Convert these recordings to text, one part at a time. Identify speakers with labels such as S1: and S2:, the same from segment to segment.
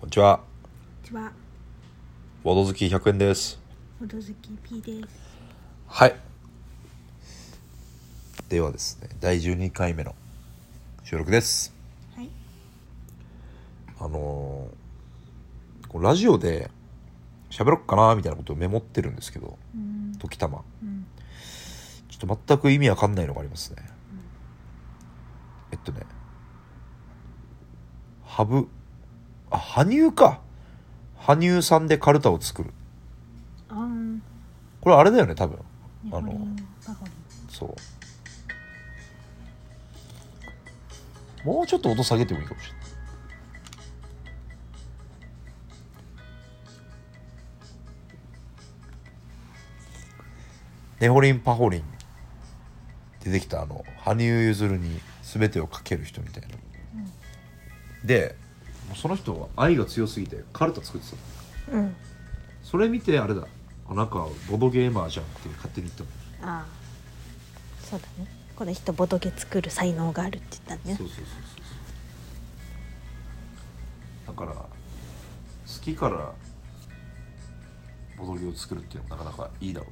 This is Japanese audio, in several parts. S1: こんにちは。
S2: こんにちは、
S1: ボード好き100円です。
S2: ほどずき P です。
S1: はい。ではですね、第12回目の収録です。
S2: はい。
S1: あのーこうラジオで喋ろっかなみたいなことをメモってるんですけど、
S2: うん。
S1: 時たま。
S2: うん。
S1: ちょっと全く意味わかんないのがありますね。えっとね、ハブ、あ、羽生か。羽生さんでカルタを作る。
S2: あん。ね
S1: これあれだよね、多分。あ
S2: ほり
S1: の
S2: ん、ばほりん。
S1: そうもうちょっと音下げてもいいかもしれない「ネホリンパホリン」出てきたあの羽生結弦に全てをかける人みたいな、でもうその人は愛が強すぎてカルタ作ってたの
S2: うん。
S1: それ見てあれだあなんかボドゲーマーじゃんって勝手に言ったの
S2: ああ。そうだね。この人ボトゲ作る才能があるって言ったね
S1: そう。そうそうそうそうだから好きからボドゲを作るっていうのはなかなかいいだろ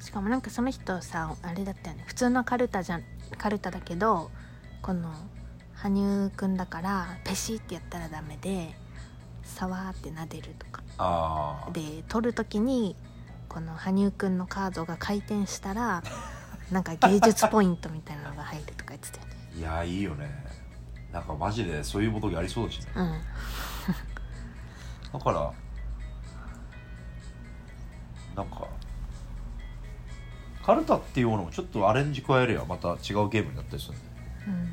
S2: しかもなんかその人さ、あれだったよね。普通のカルタじゃん、カルタだけど、この羽生くんだからペシってやったらダメで、さわーって撫でるとか。
S1: うああ
S2: で取る時にこの羽生くんのカードが回転した らなんか芸術ポイントみたいなのが入るとか言ってたよね
S1: いやいいよねなんかマジでそういうボドゲありそうだしね
S2: うん
S1: だからなんかカルタっていうものもちょっとアレンジ加えればまた違うゲームになったりするね
S2: うん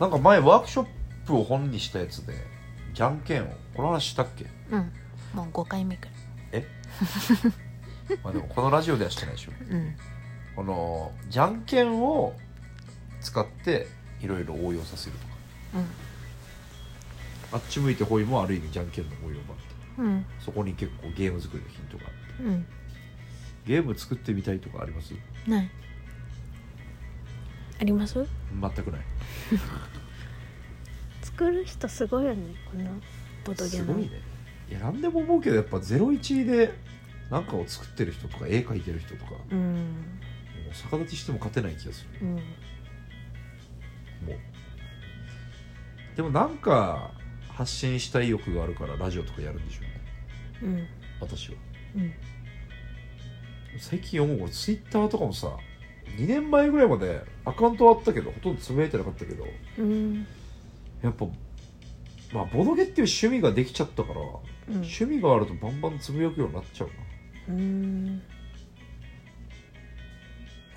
S1: なんか前ワークショップを本にしたやつでじゃんけんをこの話したっけ
S2: うんもう5回目くらい
S1: え まあでもこのラジオではしてないでしょ
S2: うん
S1: このじゃんけんを使っていろいろ応用させるとかあっち向いてほいもある意味じゃんけんの応用版
S2: うんうん
S1: そこに結構ゲーム作りのヒントがあって
S2: うん
S1: ゲーム作ってみたいとかあります
S2: ないあります
S1: 全くない
S2: 作る人すごいよねこのボトゲ
S1: す
S2: の
S1: ごいねいや何でも思うけどやっぱ01で何かを作ってる人とか絵描いてる人とかも
S2: うん
S1: う逆立ちしても勝てない気がする
S2: うん
S1: もうでもなんか発信したい欲があるからラジオとかやるんでしょうね
S2: うん
S1: 私は
S2: うん
S1: 最近思う俺ツイッターとかもさ2年前ぐらいまでアカウントはあったけどほとんどつぶやいてなかったけど
S2: うん
S1: やっぱまあボドゲっていう趣味ができちゃったから、
S2: うん
S1: 趣味があるとバンバンつぶやくようになっちゃう
S2: うん
S1: な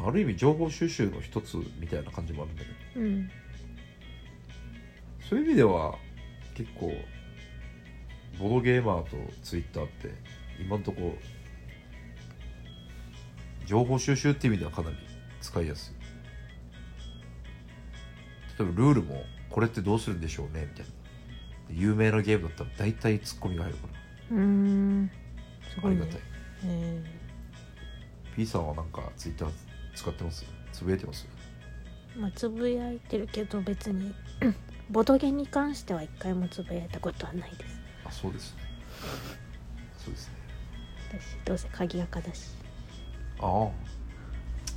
S1: ある意味情報収集の一つみたいな感じもあるんだけど
S2: うん
S1: そういう意味では結構ボドゲーマーとツイッターって今んとこ情報収集っていう意味ではかなり使いやすい例えばルールもこれってどうするんでしょうねみたいな有名なゲームだったら大体ツッコミが入るか
S2: うんす
S1: ら
S2: ご
S1: あ
S2: い
S1: り
S2: ね
S1: がたい、
S2: ね
S1: P さんはなんかツイッター使ってますつぶやいてます
S2: まあ、つぶやいてるけど別にボドゲに関しては一回もつぶやいたことはないです
S1: あそうですねそうですね
S2: 私どうせ鍵垢だし
S1: ああ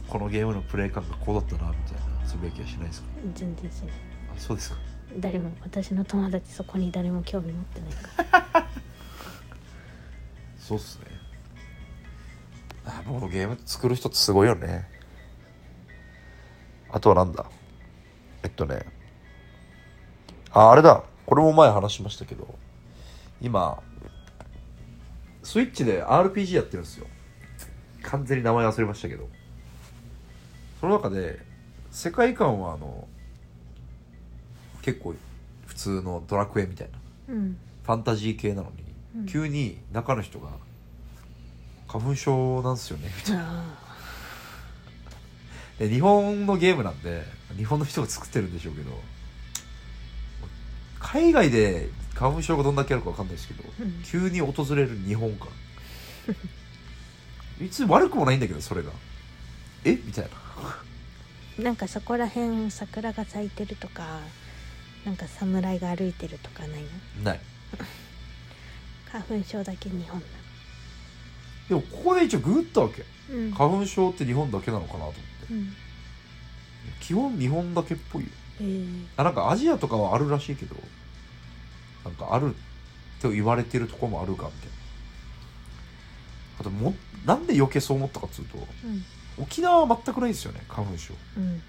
S1: このゲームのプレイ感がこうだったなみたいなつぶやきはしないですか
S2: 全然しない
S1: あそうですか
S2: 誰も私の友達そこに誰も興味持ってないから
S1: そうっすねあもうゲーム作る人ってすごいよねあとはなんだえっとねああれだこれも前話しましたけど今スイッチで RPG やってるんですよ完全に名前忘れましたけどその中で世界観はあの結構普通のドラクエみたいな
S2: うん
S1: ファンタジー系なのに、
S2: うん
S1: 急に中の人が「花粉症なんですよね」みたい
S2: あ
S1: なで日本のゲームなんで日本の人が作ってるんでしょうけど海外で花粉症がどんだけあるかわかんないですけど、
S2: うん
S1: 急に訪れる日本か別に悪くも ないんだけどそれがえみたいな
S2: あなんかそこら辺桜が咲いてるとかなんか侍が歩いてるとかないの
S1: ない
S2: 花粉症だけ日本な
S1: でもここで一応ググったわけ
S2: のうん
S1: 花粉症って日本だけなのかなと思って
S2: うん
S1: 基本日本だけっぽいよ
S2: えー
S1: あなんかアジアとかはあるらしいけどなんかあると言われてるとこもあるかみたいなあともなんで余計そう思ったかっつうと
S2: うん
S1: 沖縄は全くないんですよね花粉症
S2: うん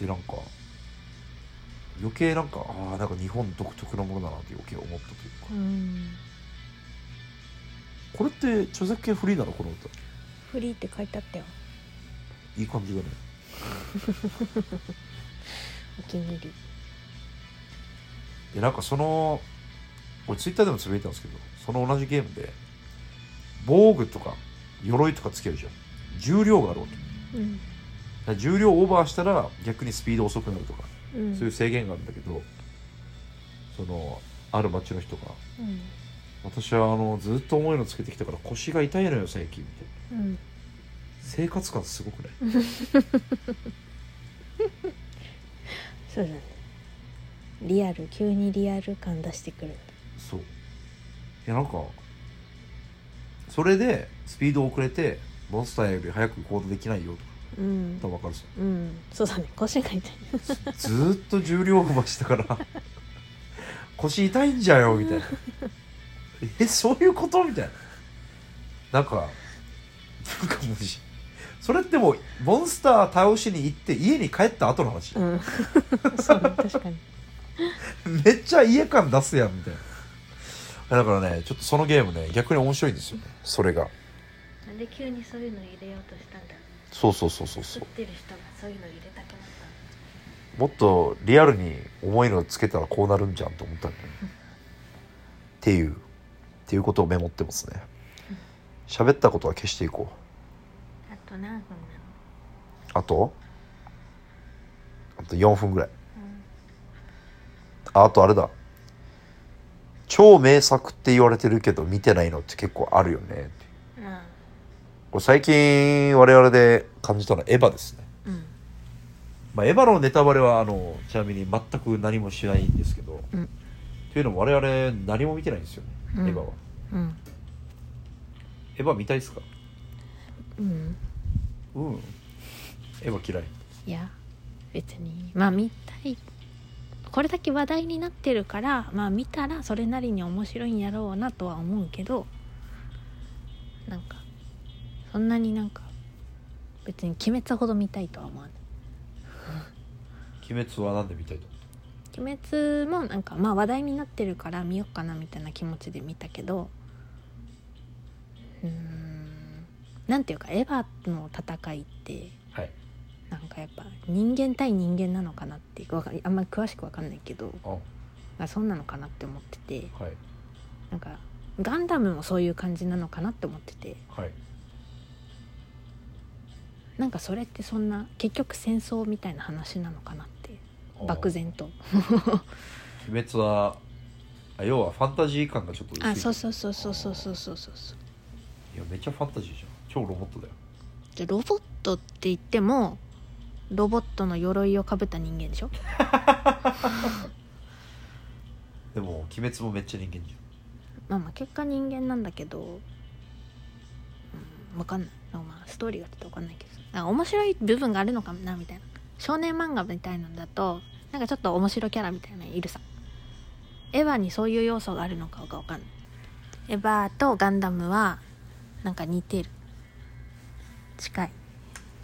S1: でなんか余計なんかああなんか日本独特のものだなって余計思ったというか
S2: うん
S1: これって著作権フリーなのこの歌
S2: フリーって書いてあったよ
S1: いい感じだね
S2: お気に入り
S1: でなんかその俺ツイッターでもつぶやいたんですけどその同じゲームで防具とか鎧とかつけるじゃん重量があるわけだか
S2: うん
S1: ら重量オーバーしたら逆にスピード遅くなるとか
S2: うん
S1: そういう制限があるんだけどそのある町の人が
S2: うん
S1: 私はあのずっと重いのつけてきたから腰が痛いのよ最近みたいな
S2: うん
S1: 生活感すごくない
S2: そうだねリアル急にリアル感出してくるんだ
S1: そういやなんかそれでスピード遅れてモンスターより早く行動できないよとか
S2: うん
S1: 多分わかるさ
S2: うんそうだね腰が痛い
S1: ずーっと重量増したから 腰痛いんじゃよみたいなえそういうことみたいななんかなんかもうしそれってもうモンスター倒しに行って家に帰った後の話、
S2: うんそうね確かに
S1: めっちゃ家感出すやんみたいなだからねちょっとそのゲームね逆に面白いんですよねそれが
S2: なんで急にそういうの入れようとしたんだ
S1: そうそうそうそうそう
S2: てる人がそういうの入れたくなっ
S1: もっとリアルに重いのつけたらこうなるんじゃんと思ったんだよね。っていうっていうことをメモってますね。喋ったことは消していこう。
S2: たあと何分
S1: あとあと4分ぐらい。
S2: なの、
S1: ああとあれだ。超名作って言われてるけど見てないのって結構あるよね。
S2: うん、あ
S1: これ最近我々で感じたのはエヴァですね。
S2: うん
S1: まあ、エヴァのネタバレはあのちなみに全く何もしないんですけど、
S2: うん
S1: というのも我々何も見てないんですよね、
S2: うん
S1: エヴァは
S2: うん
S1: エヴァ見たいですか
S2: うん
S1: うんエヴァ嫌い
S2: いや別にまあ見たいこれだけ話題になってるからまあ見たらそれなりに面白いんやろうなとは思うけどなんかそんなになんか別に「鬼滅」ほど見たいとは思わない
S1: 鬼滅はなんで見たいと
S2: 「鬼滅」もなんかまあ話題になってるから見よっかなみたいな気持ちで見たけどうーんなんていうかエヴァの戦いって
S1: はい
S2: なんかやっぱ人間対人間なのかなっていうわかあんまり詳しくわかんないけど
S1: あは
S2: あそうなのかなって思ってて
S1: い
S2: なんかガンダムもそういう感じなのかなって思ってて
S1: はい
S2: なんかそれってそんな結局戦争みたいな話なのかなって漠然と
S1: 鬼滅はあ要はファンタジー感がちょっと薄い
S2: あそうそうそうそうそうそうそうそうそう
S1: いやめっちゃファンタジーじゃん超ロボットだよ
S2: でロボットって言ってもロボットの鎧をかぶった人間でしょ
S1: でも鬼滅もめっちゃ人間じ
S2: まあまあ結果人間なんだけど、うん、わかんないでもまあストーリーがちょっとわかんないけどなんか面白い部分があるのかなみたいな少年漫画みたいなのだとなんかちょっと面白キャラみたいなのいるさエヴァにそういう要素があるのかがわかんないエヴァとガンダムはなんか似てる近い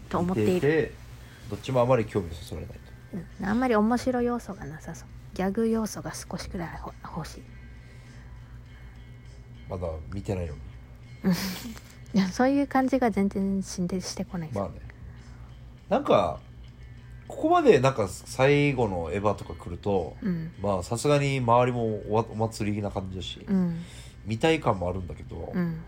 S2: と
S1: ゃん
S2: 思っている
S1: でどっちもあまり興味そそられないと
S2: うん、あんまり面白要素がなさそうギャグ要素が少しくらいほ欲しい
S1: まだ見てないのに
S2: いやそういう感じが全然しんでしてこないさ
S1: まあねなんかここまでなんか最後のエヴァとか来ると
S2: うん
S1: まあさすがに周りもおわお祭りな感じだし、
S2: うん
S1: 見たい感もあるんだけど、
S2: うん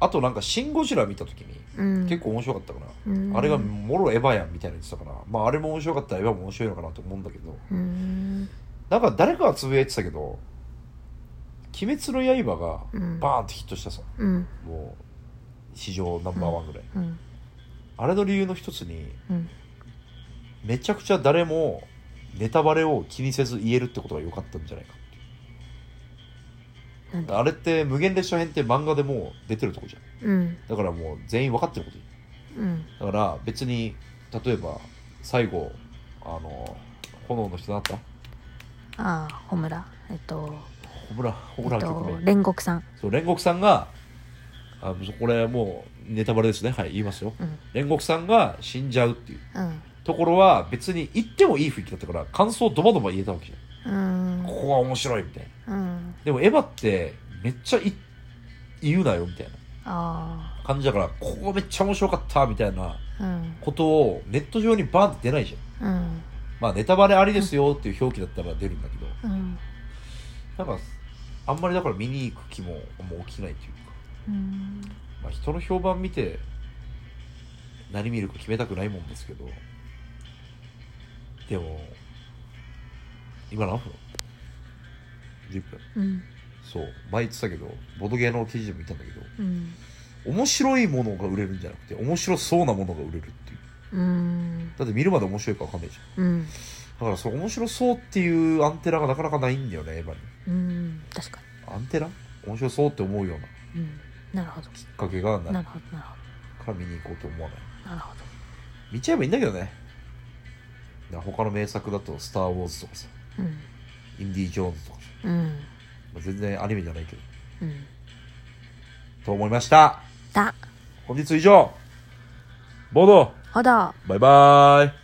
S1: あとなんか「シン・ゴジラ」見た時に
S2: うん
S1: 結構面白かったかな、
S2: うん
S1: あれがもろエヴァやんみたいな言ってたからまああれも面白かったらエヴァも面白いのかなと思うんだけど
S2: うん
S1: なんか誰かがつぶやいてたけど「鬼滅の刃」が
S2: うん
S1: バーンってヒットしたさ、
S2: うん
S1: もう史上ナンバーワンぐらい、
S2: うん
S1: あれの理由の一つに
S2: うん
S1: めちゃくちゃ誰もネタバレを気にせず言えるってことが良かったんじゃないかっていう
S2: なんで
S1: あれって無限列車編って漫画でもう出てるとこじゃん
S2: うん
S1: だからもう全員分かってることじ
S2: うん
S1: ゃんだから別に例えば最後あの炎の人だった
S2: ああホムラえっと
S1: ホムラホム
S2: え
S1: ラ
S2: っ
S1: の曲
S2: と
S1: 名、
S2: 煉獄さん
S1: そう煉獄さんがあこれもうネタバレですねはい言いますよ
S2: うん
S1: 煉獄さんが死んじゃうっていう
S2: うん
S1: ところは別に言ってもいい雰囲気だったから感想ドバドバ言えたわけじゃ
S2: うん
S1: こ
S2: ん
S1: こが面白いみたいな
S2: うん
S1: でもエヴァってめっちゃい言うなよみたいな
S2: あ
S1: 感じだからここめっちゃ面白かったみたいな
S2: あうん
S1: ことをネット上にバーンって出ないじゃん
S2: うん
S1: まあネタバレありですよっていう表記だったら出るんだけど
S2: うん
S1: なんかあんまりだから見に行く気ももう起きないというか、
S2: うん
S1: まあ、人の評判見て何見るか決めたくないもんですけどでも今何分 ?10 分
S2: うん
S1: そう前言ってたけどボドゲの記事でも見たんだけど
S2: うん
S1: 面白いものが売れるんじゃなくて面白そうなものが売れるっていう
S2: うん
S1: だって見るまで面白いか分かんないじゃん
S2: うん
S1: だからそう面白そうっていうアンテナがなかなかないんだよねエヴァに
S2: うん確か
S1: アンテナ面白そうって思うような
S2: にうんなるほど
S1: きっかけがな
S2: ないるほどなるほ
S1: から見に行こうと思わない
S2: どなるほど
S1: 見ちゃえばいいんだけどねだから他の名作だと「スター・ウォーズ」とかさ
S2: うん
S1: 「インディ・ジョーンズ」とかさ、
S2: うん
S1: まあ全然アニメじゃないけど
S2: うん
S1: と思いました
S2: だ
S1: 本日以上ボード
S2: ほど
S1: バイバーイ